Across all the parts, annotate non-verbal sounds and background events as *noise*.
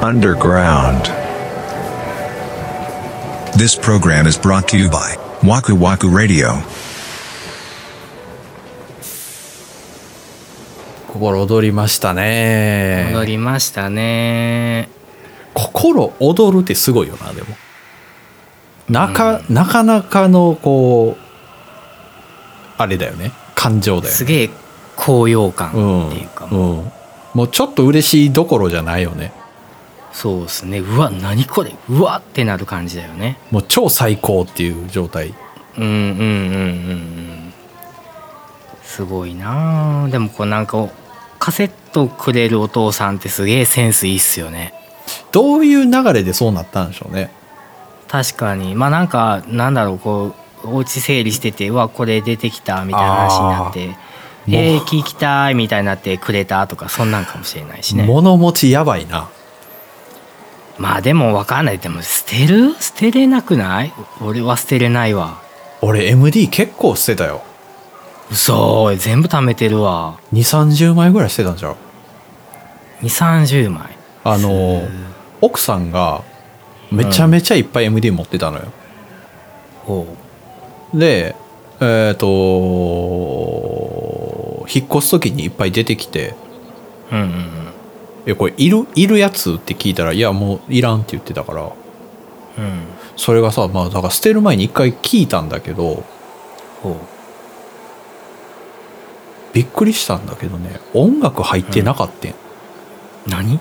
underground. This program is brought to you by Waku Waku Radio. 心躍りました戻ねりましたね心躍るってすごいよなでもなか,、なかなかのこうあれだよね感情だよねすげえ高揚感うんっていうか、うん、もうちょっと嬉しいどころじゃないよねそうですねうわ何これうわってなる感じだよねもう超最高っていう状態うんうんうんうんうんすごいなあでもこうなんかカセットくれるお父さんってすげえセンスいいっすよねどういう流れでそうなったんでしょうね確かにまあなんかなんだろうこうお家整理しててうわこれ出てきたみたいな話になって「えー、聞きたい」みたいになってくれたとかそんなんかもしれないしね物持ちやばいなまあでも分かんないでも捨てる捨てれなくない俺は捨てれないわ俺 MD 結構捨てたよ嘘全部貯めてるわ2 3 0枚ぐらい捨てたんじゃう2 3 0枚あの奥さんがめちゃめちゃいっぱい MD 持ってたのよ、おうでえっ、と引っ越す時にいっぱい出てきてうんうんうん「えこれいるいるやつ?」って聞いたら「いやもういらん」って言ってたからうんそれがさまあだから捨てる前に一回聞いたんだけどおうびっくりしたんだけどね音楽入ってなかったん、何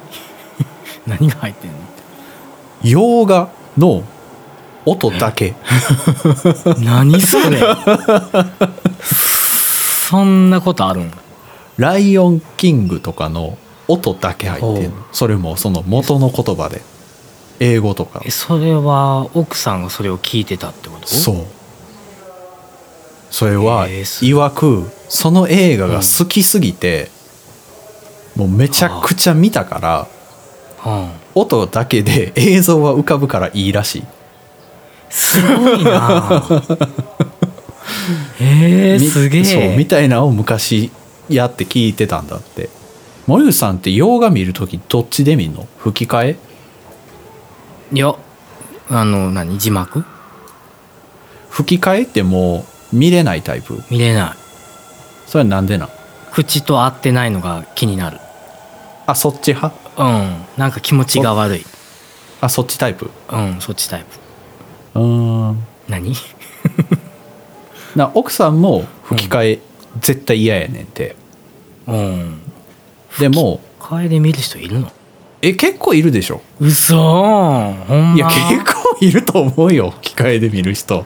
何が入ってん洋画の音だ *laughs* けの *laughs* 何それそんなことあるん「ライオンキング」とかの音だけ入ってんのほそれもその元の言葉で英語とかえそれは奥さんがそれを聞いてたってことそううそれはえーすいわくその映画が好きすぎて、もうめちゃくちゃ見たからん音だけで映像は浮かぶからいいらしいすごいなえー、みすげえそうみたいなのを昔やって聞いてたんだって森口さんって洋画見る時どっちで見んの吹き替えいやあの何字幕吹き替えってもう見れないタイプ見れないそれはなんでなん口と合ってないのが気になるあそっち派うんなんか気持ちが悪いあそっちタイプうんそっちタイプうーん何な奥さんも吹き替え絶対嫌やねんて、うんでも替えで見る人いるのえ結構いるでしょうそーほんまいや結構いると思うよ吹き替えで見る人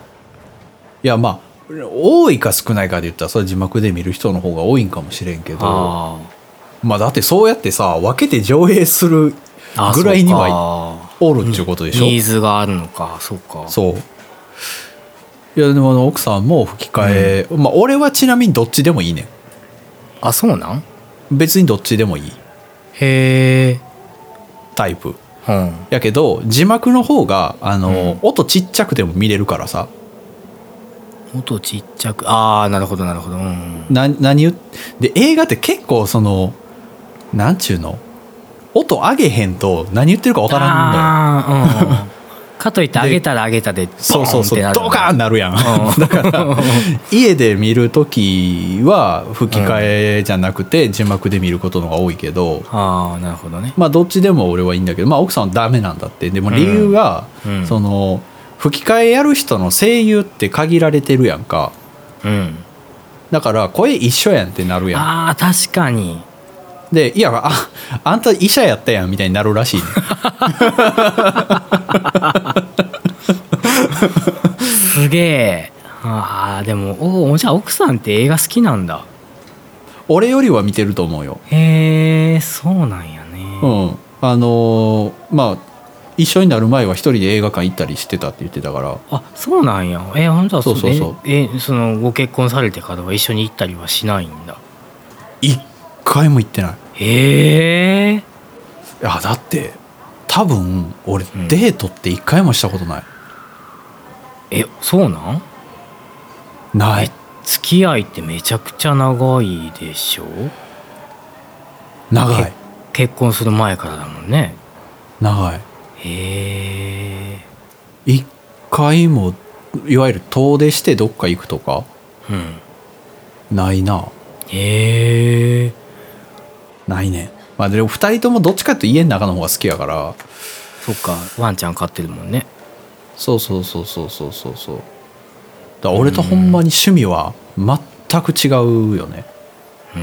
いやまあ多いか少ないかで言ったらそれは字幕で見る人の方が多いんかもしれんけどあまあだってそうやってさ分けて上映するーあぐらいにははおるっちゅうことでしょ、ニーズがあるのかそうかそういやでもあの奥さんも吹き替え、まあ俺はちなみにどっちでもいいねあそうなんん別にどっちでもいいへえタイプうんやけど字幕の方があの、音ちっちゃくても見れるからさ音ちっちゃくああなるほどなるほどうんな何言っで映画って結構そのなんちゅうの音上げへんと何言ってるか分からんのよあーう *laughs* んかといってあげたらあげたでそうそうそうボンってなるドカーンなるやんうん *laughs* だ *laughs* から家で見る時は吹き替えじゃなくて字幕で見ることの方が多いけど、ああなるほどねまあどっちでも俺はいいんだけど、まあ、奥さんはダメなんだってでも理由が、うんうんその吹き替えやる人の声優って限られてるやんかうんだから声一緒やんってなるやんああ確かにでいやああんた医者やったやんみたいになるらしい、ね、すげえああでもおじゃあ奥さんって映画好きなんだ俺よりは見てると思うよへえそうなんやねうんあのーまあ一緒になる前は一人で映画館行ったりしてたって言ってたからあそうなんやえほんとはそうそうそうええそのご結婚されてからは一緒に行ったりはしないんだ一回も行ってないへえいやだって多分俺んデートって一回もしたことない、えそうなんない付き合いってめちゃくちゃ長いでしょ長い結婚する前からだもんね長いへえ一回もいわゆる遠出してどっか行くとかうんないなへえないねまあでも2人ともどっちかっていうと家の中の方が好きやからそっかワンちゃん飼ってるもんねそうそうそうそうそうそうそうだから俺とほんまに趣味は全く違うよねうー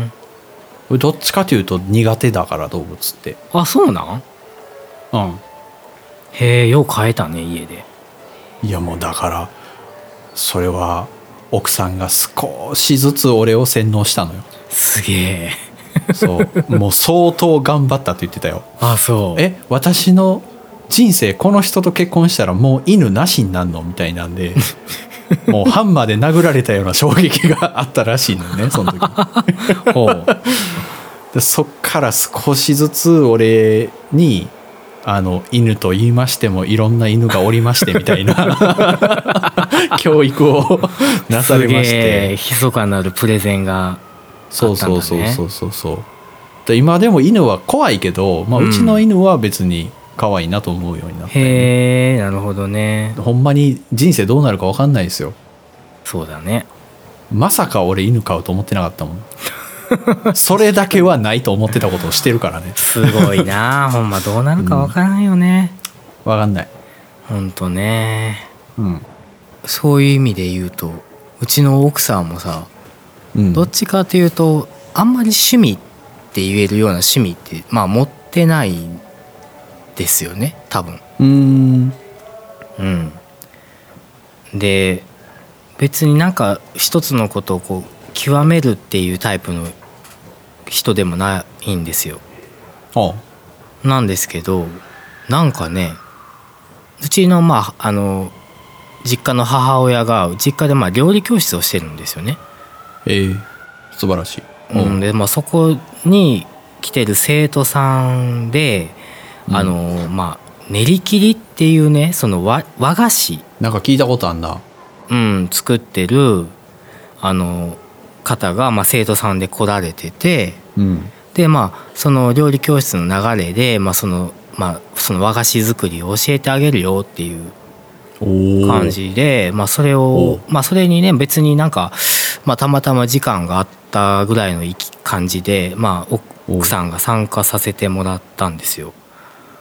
ん俺どっちかというと苦手だから動物ってあそうなんうんへえよう飼えたね家でいやもうだからそれは奥さんが少しずつ俺を洗脳したのよすげえそう *laughs* もう相当頑張ったって言ってたよ *laughs* あそうえ私の人生この人と結婚したらもう犬なしになんのみたいなん *laughs* でもうハンマーで殴られたような衝撃があったらしいのよねその時ほうでそっから少しずつ俺にあの犬と言いましてもいろんな犬がおりましてみたいな *laughs* 教育をなされましすげえて密かなるプレゼンがそうそうそうそうそうそうで今でも犬は怖いけど、まあ、うんうちの犬は別に可愛いなと思うようになって、へえなるほどねほんまに人生どうなるか分かんないですよそうだねまさか俺犬飼うと思ってなかったもん *laughs* それだけはないと思ってたことをしてるからねすごい *laughs* なほんまどうなるかわからないよね、分かんないほんとねうん、そういう意味で言うとうちの奥さんもさうん、どっちかというとあんまり趣味って言えるような趣味ってまあ持ってないですよね多分うーんうん、で別になんか一つのことをこう極めるっていうタイプの人でもないんですよあなんですけどなんかねうちのまああの実家の母親が実家でまあ料理教室をしてるんですよね、ええ素晴らしいうん、で、まあ、そこに来てる生徒さんで、うんあのまあ練り切りっていうねその和和菓子なんか聞いたことあんなうん、作ってるあの方が、まあ、生徒さんで来られててうんでまあその料理教室の流れで、まあそのまあ、その和菓子作りを教えてあげるよっていうおお感じで、まあ、それおうを、まあ、それにね別になんか、まあ、たまたま時間があったぐらいのいき感じで、まあ、おう奥さんが参加させてもらったんですよ。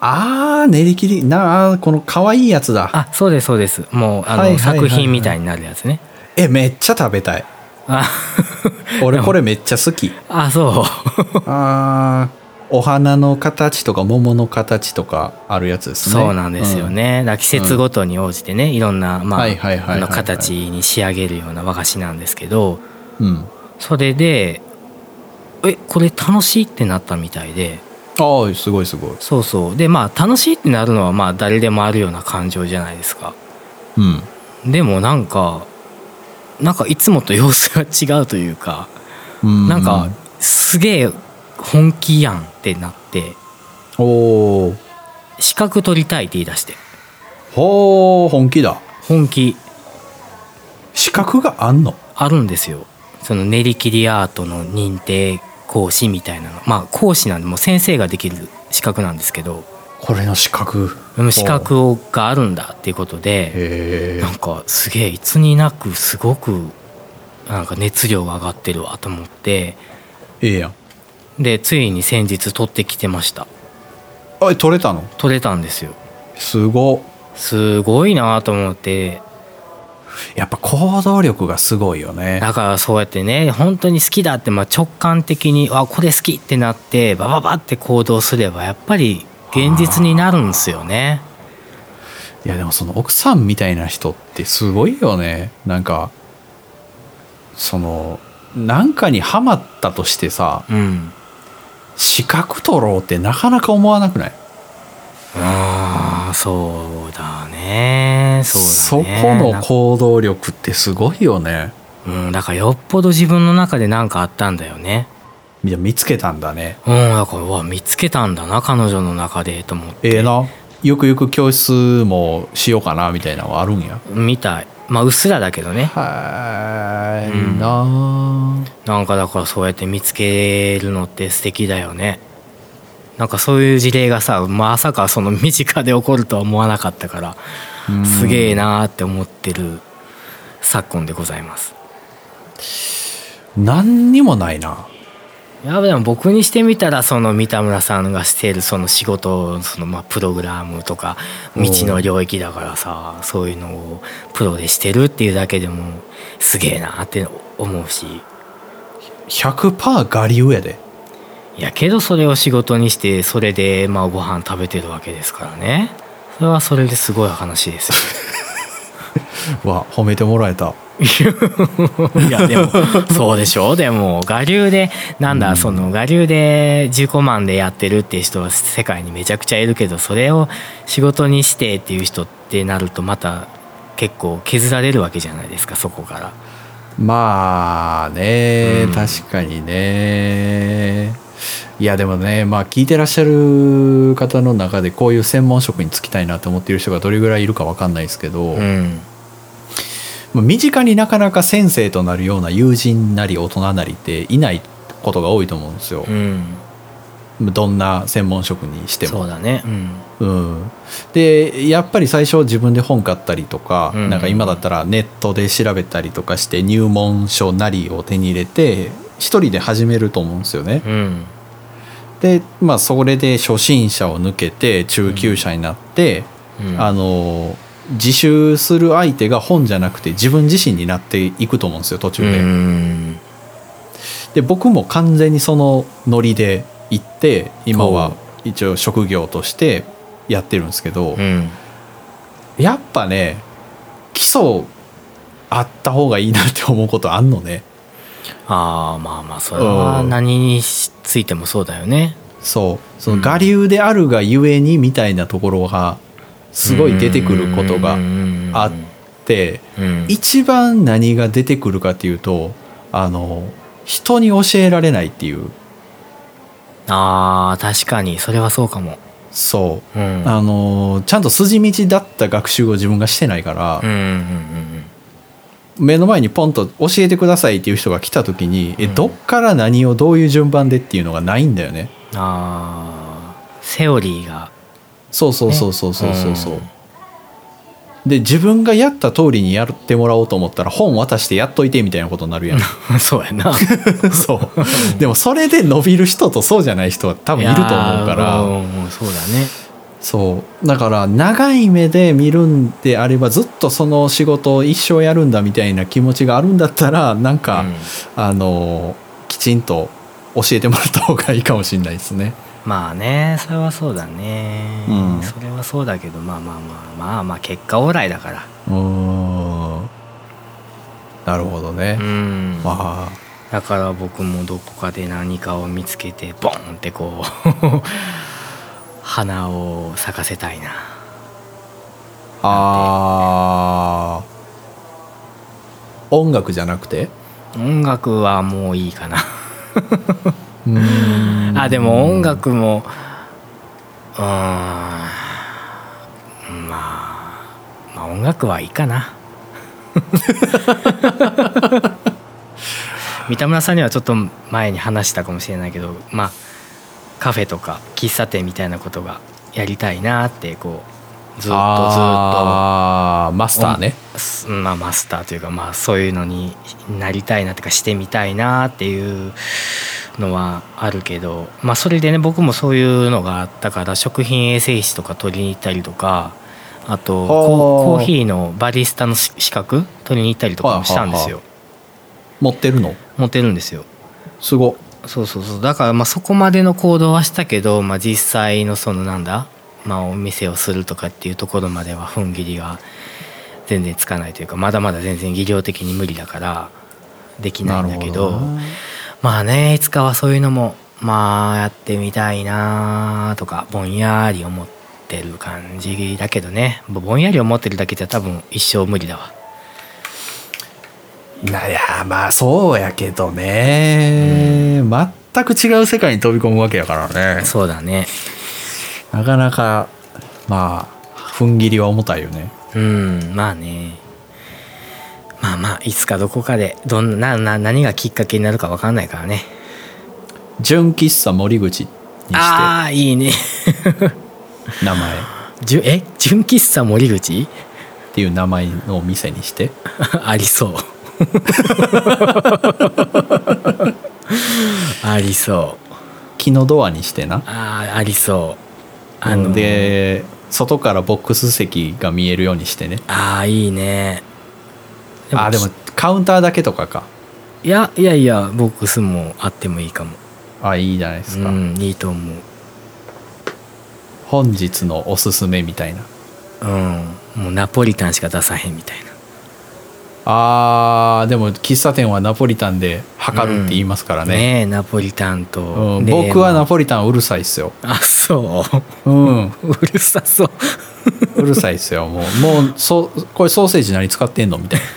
ああ練り切りなあーこの可愛いやつだあそうですそうですもうあの、はいはいはいはい作品みたいになるやつね。えめっちゃ食べたいあ *laughs* 俺これめっちゃ好きあそうあーお花の形とか桃の形とかあるやつですねそうなんですよ、ね、だから季節ごとに応じてね、いろんな、まあはいはいはいはいはあいの形に仕上げるような和菓子なんですけどうんうんそれでえこれ楽しいってなったみたいでああすごいすごいそうそうでまあ楽しいってなるのはまあ誰でもあるような感情じゃないですかうんでもなんかなんかいつもと様子が違うというか、うんなんかすげえ本気やんってなっておお資格取りたいって言い出してほー本気だ本気資格があんのあるんですよその練り切りアートの認定講師みたいなのまあ講師なんでもう先生ができる資格なんですけどこれの資格でも資格をがあるんだっていうことでへえなんかすげえいつになくすごくなんか熱量が上がってるわと思ってええやんでついに先日取ってきてましたあ取れたの取れたんですよすごすごいなと思ってやっぱ行動力がすごいよねだからそうやってね本当に好きだってまあ直感的にあこれ好きってなってバババって行動すればやっぱり現実になるんですよね。いやでもその奥さんみたいな人ってすごいよねなんかそのなんかにハマったとしてさうん、資格取ろうってなかなか思わなくないあーそうだねそうだねこの行動力ってすごいよねうん、だからよっぽど自分の中で何かあったんだよね。いや見つけたんだねうん、だからうわ見つけたんだな彼女の中でと思ってええなゆくゆく教室もしようかなみたいなのはあるんやみたいまあうっすらだけどねはーい、うんなあなんかだからそうやって見つけるのって素敵だよね。なんかそういう事例がさまさかその身近で起こるとは思わなかったからすげえなーって思ってる昨今でございます何にもないな。いやでも僕にしてみたらその三田村さんがしているその仕事そのまあプログラムとかうん未知の領域だからさそういうのをプロでしてるっていうだけでもすげえなーって思うし100%我流やで。いやけどそれを仕事にしてそれでまあご飯食べてるわけですからねそれはそれですごい話ですよわ、褒めてもらえた。 *laughs* いやでもそうでしょでも我流でなんだ、その我流で15万でやってるって人は世界にめちゃくちゃいるけどそれを仕事にしてっていう人ってなるとまた結構削られるわけじゃないですかそこから。まあね、うん確かにねいやでもねまあ聞いてらっしゃる方の中でこういう専門職に就きたいなと思っている人がどれぐらいいるか分かんないですけど、うんまあ身近になかなか先生となるような友人なり大人なりっていないことが多いと思うんですよう、ん、どんな専門職にしてもそうだね、うん、うん、でやっぱり最初自分で本買ったりとか,、うんなんか今だったらネットで調べたりとかして入門書なりを手に入れて一人で始めると思うんですよね。うんでまあそれで初心者を抜けて中級者になって、うんあの自習する相手が本じゃなくて自分自身になっていくと思うんですよ途中で。うんで僕も完全にそのノリで行って今は一応職業としてやってるんですけど。うんやっぱね基礎あった方がいいなって思うことあんのねああまあまあそれはうん何についてもそうだよね。そうそのうん我流であるがゆえにみたいなところがすごい出てくることがあっってうん一番何が出てくるかっていうとあの人に教えられないっていうあー確かにそれはそうかもそううんあのちゃんと筋道だった学習を自分がしてないからうんうんうん目の前にポンと教えてくださいっていう人が来た時にえうんどっから何をどういう順番でっていうのがないんだよね。うんあーセオリ *laughs* ーがそうそうねそうそうそうそうそう、うんで自分がやった通りにやってもらおうと思ったら本渡してやっといてみたいなことになるや *laughs* んそうやなそうでもそれで伸びる人とそうじゃない人は多分いると思うかいやらーうんそうだねそうだから長い目で見るんであればずっとその仕事を一生やるんだみたいな気持ちがあるんだったらなんか、うんあのーきちんと教えてもらった方がいいかもしれないですねまあねそれはそうだね、うんそれはそうだけどまあまあまあまあまあ結果オーライだからうーんなるほどね、うんまあだから僕もどこかで何かを見つけてボンってこう *laughs* 花を咲かせたいなあー音楽じゃなくて音楽はもういいかなうーんあでも音楽もうーんまあまあ音楽はいいか *laughs* な三田村さんにはちょっと前に話したかもしれないけどまあカフェとか喫茶店みたいなことがやりたいなってこうずっとずっとあーマスターねすまあ、マスターというか、まあ、そういうのになりたいなとかしてみたいなっていうのはあるけど、まあ、それでね僕もそういうのがあったから食品衛生士とか取りに行ったりとかあとココーヒーのバリスタの資資格取りに行ったりとかもしたんですよ、は持ってるの持ってるんですよすごそうそうそうだからまあそこまでの行動はしたけど、まあ、実際のそのなんだ、まあ、お店をするとかっていうところまでは踏ん切りが全然つかないというかまだまだ全然技量的に無理だからできないんだけどなまあねいつかはそういうのもまあやってみたいなとかぼんやり思ってる感じだけどねぼぼんやり思ってるだけじゃ多分一生無理だわ。いやまあそうやけどね、全く違う世界に飛び込むわけやからねそうだねなかなかまあ踏ん切りは重たいよねうんまあねまあまあいつかどこかでどんなな何がきっかけになるか分かんないからね純喫茶森口しああいいね *laughs* て名前っじゅえ純喫茶森口 *laughs* ていう名前のお店にしてありそう *laughs* ありそう木のドアにしてなあーありそうああのので外からボックス席が見えるようにしてねああいいねあでもカウンターだけとかかいやいやいやボックスもあってもいいかもあいいじゃないですうか、んいいと思う本日のおすすめみたいなうんもうナポリタンしか出さへんみたいなあーでも喫茶店はナポリタンで測るって言いますからね,、ねえナポリタンと、うんねえ僕はナポリタンうるさいっすよあそうんう *laughs* うるさ *laughs* そううるさいっすよもうもうそこれソーセージ何使ってんのみ *laughs* たいな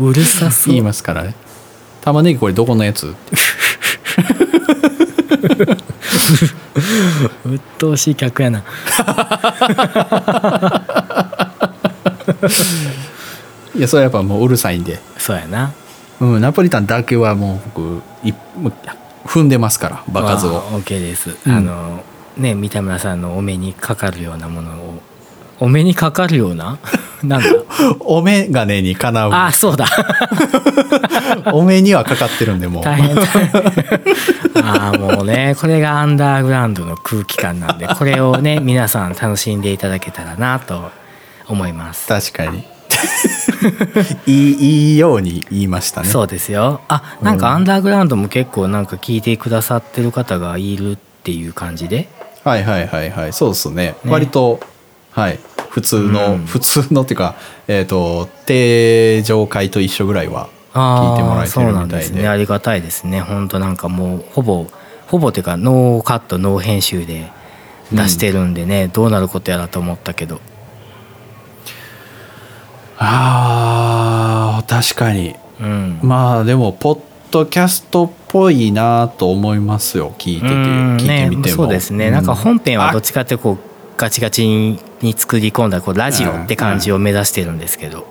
うるさそ言いうますからね玉ねぎこれどこのやつ鬱陶しい客やないやそれはやっぱもううるさいんで、そうやなうん、ナポリタンだけはもう僕いもう踏んでますから場数をあ OK です、うんあのね三田村さんのお目にかかるようなものをお目にかかるよ *laughs* うななんだお眼鏡にかなうあそうだお目にはかかってるんでもう *laughs* 大変大変ああもうねこれがアンダーグラウンドの空気感なんでこれをね皆さん楽しんでいただけたらなと思います確かに *laughs* いいいいように言いましたねそうですよあなんかアンダーグラウンドも結構なんか聞いてくださってる方がいるっていう感じではいはいはいはいそうですねね割とはい普通の、うん普通のっていうかえっ、と定常会と一緒ぐらいは聞いてもらえてそうるなんみたいでですねありがたいですね本当なんかもうほぼほぼてかノーカットノー編集で出してるんでね、どうなることやらと思ったけどあー確かにうんまあでもポッドキャストっぽいなと思いますよ聞いてて、うん聞いてみてね、もそうですね、うなんか本編はどっちかってこうガチガチに作り込んだこうラジオって感じを目指してるんですけど、ね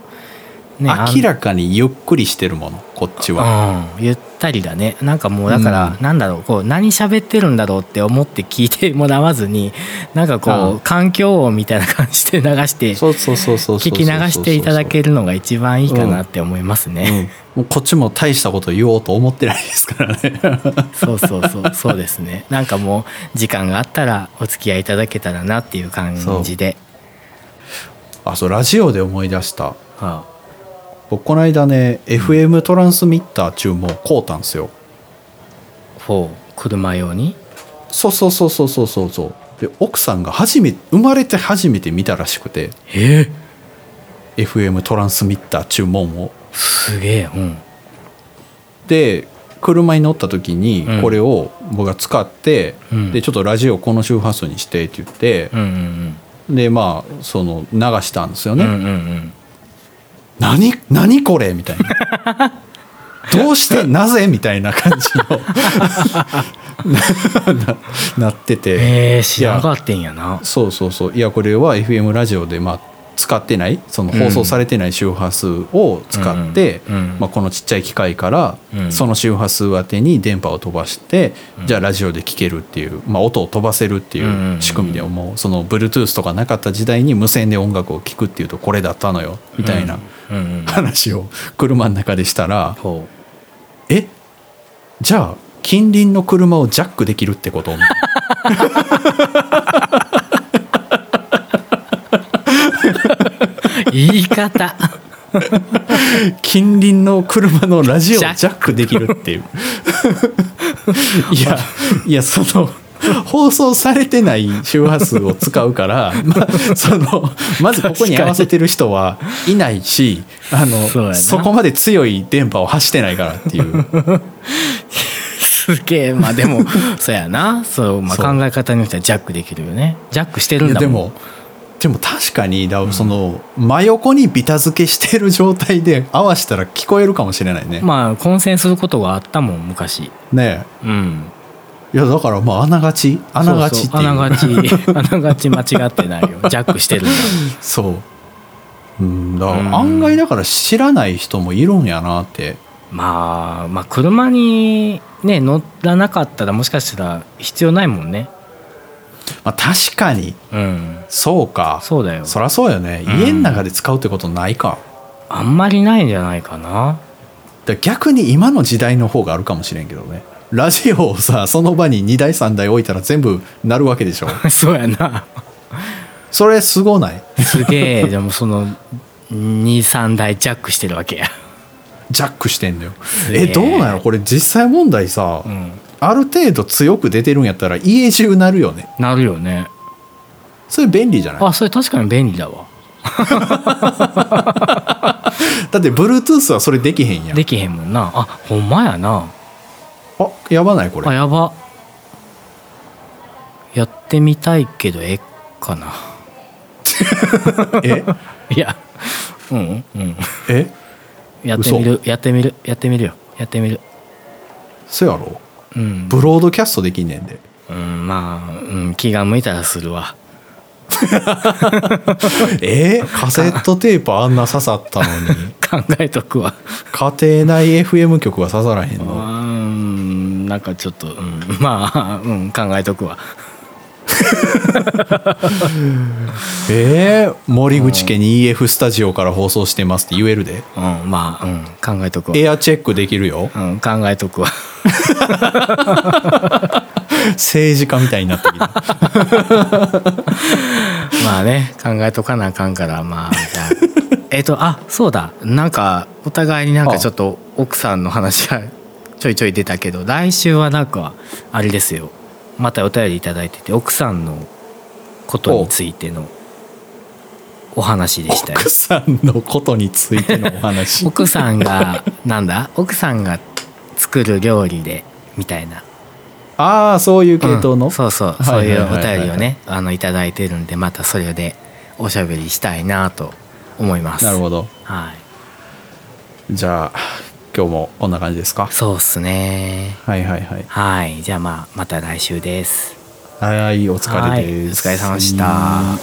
あん明らかにゆっくりしてるものこっちはうん、ゆったりだねなんかもうだから、うなんだろうこう何喋ってるんだろうって思って聞いて *laughs* もらわずになんかこう、うん環境音みたいな感じで流してそうそうそうそうそう聞き流していただけるのが一番いいかうなんって思いますうんね、もうこっちも大したこと言おうと思ってないですからね *laughs* *laughs* そうそうそうそうですねなんかもう時間があったらお付き合いいただけたらなっていう感じであそうラジオで思い出したは僕この間ね FM トランスミッター中も買うたんすよあほう車用にそうそうそうそうそうそうそうで奥さんが初め生まれて初めて見たらしくてえ FM トランスミッター注文をすげえうんで車に乗った時にうんこれを僕が使って、うんでちょっとラジオこの周波数にしてって言ってう、んうんでまあその流したんですようんうね、んうん何何これみたいなどうしてなぜみたいな感じの *laughs* ななってて、えー、知らなかったんやなそうそうそういやこれは FM ラジオでまあ使ってないそのうん放送されてない周波数を使って、うんうんまあ、このちっちゃい機械からうんその周波数宛てに電波を飛ばして、じゃあラジオで聞けるっていう、まあ、音を飛ばせるっていう仕組みでうもうその Bluetooth とかなかった時代に無線で音楽を聴くっていうとこれだったのよみたいなうんうん話を車の中でしたらほ「えじゃあ近隣の車をジャックできるってこと?み *laughs* たいな」う言い方近隣の車のラジオをジャックできるっていう *laughs* いやいやその放送されてない周波数を使うから、 *laughs* ま、そのまずここに合わせてる人はいないしあのそうやそなこまで強い電波を発してないからっていうすげえまあでも *laughs* そうやなそう、まあ、そう考え方によってはジャックできるよねジャックしてるいんやだでもんもでも確かにだその真横にビタ付けしてる状態で合わせたら聞こえるかもしれないね。まあ混戦することがあったもん昔ねえうんいやだからまああながちあながちっていうそうそうあながち *laughs* あながち間違ってないよジャックしてるんだそう。うん、だかうんら案外だから知らない人もいるんやなってまあまあ車にね乗らなかったらもしかしたら必要ないもんねまあ、確かにうんそうかそうだよそりゃそうよねうん家の中で使うってことないか,、あんまりないんじゃないかなだから逆に今の時代の方があるかもしれんけどねラジオをさその場に2台3台置いたら全部鳴るわけでしょ *laughs* そうやなそれすごないすげえでもその23台ジャックしてるわけやジャックしてんのよげええどうなのこれ実際問題さ、うんある程度強く出てるんやったら家中鳴るよねなるよねそれ便利じゃないあそれ確かに便利だわだって Bluetooth はそれできへんやんできへんもんなあほんまやなあやばないこあれやばやってみたいけどええかなえいやうんうんえやってみるやってみるやってみるよやってみるそうやろうん、ブロードキャストできんねんでうん、まあ、うん、気が向いたらするわえーカセットテープあんな刺さったの *laughs* に考えとくわ家庭内 FM 局は刺さらへんうのんなんかちょっと、うん、まあ、うん、考えとくわえー森口家に EF スタジオから放送してますって言えるでうんまあ、うん、考えとくわエアチェックできるようん、考えとくわ政治家みたいになってきた *laughs* まあね考えとかなあかんからまあじ *laughs* ゃあえっとあそうだなんかお互いになんあかあちょっと奥さんの話がちょいちょい出たけど来週はなんかあれですよまたお便りいただいてて奥さんのことについてのお話でしたよ奥さんのことについてのお話奥さんがなんだ奥さんが作る料理でみたいな *laughs* ああそういう系統の、うんそうそうそはういいはいうはいはおい便りをねあのいただいてるんでまたそれでおしゃべりしたいなと思いますなるほどはいじゃあ今日もこんな感じですかそうっすねはいはいはいはいじゃあまあまた来週ですはいお疲れですはいお疲れ様でした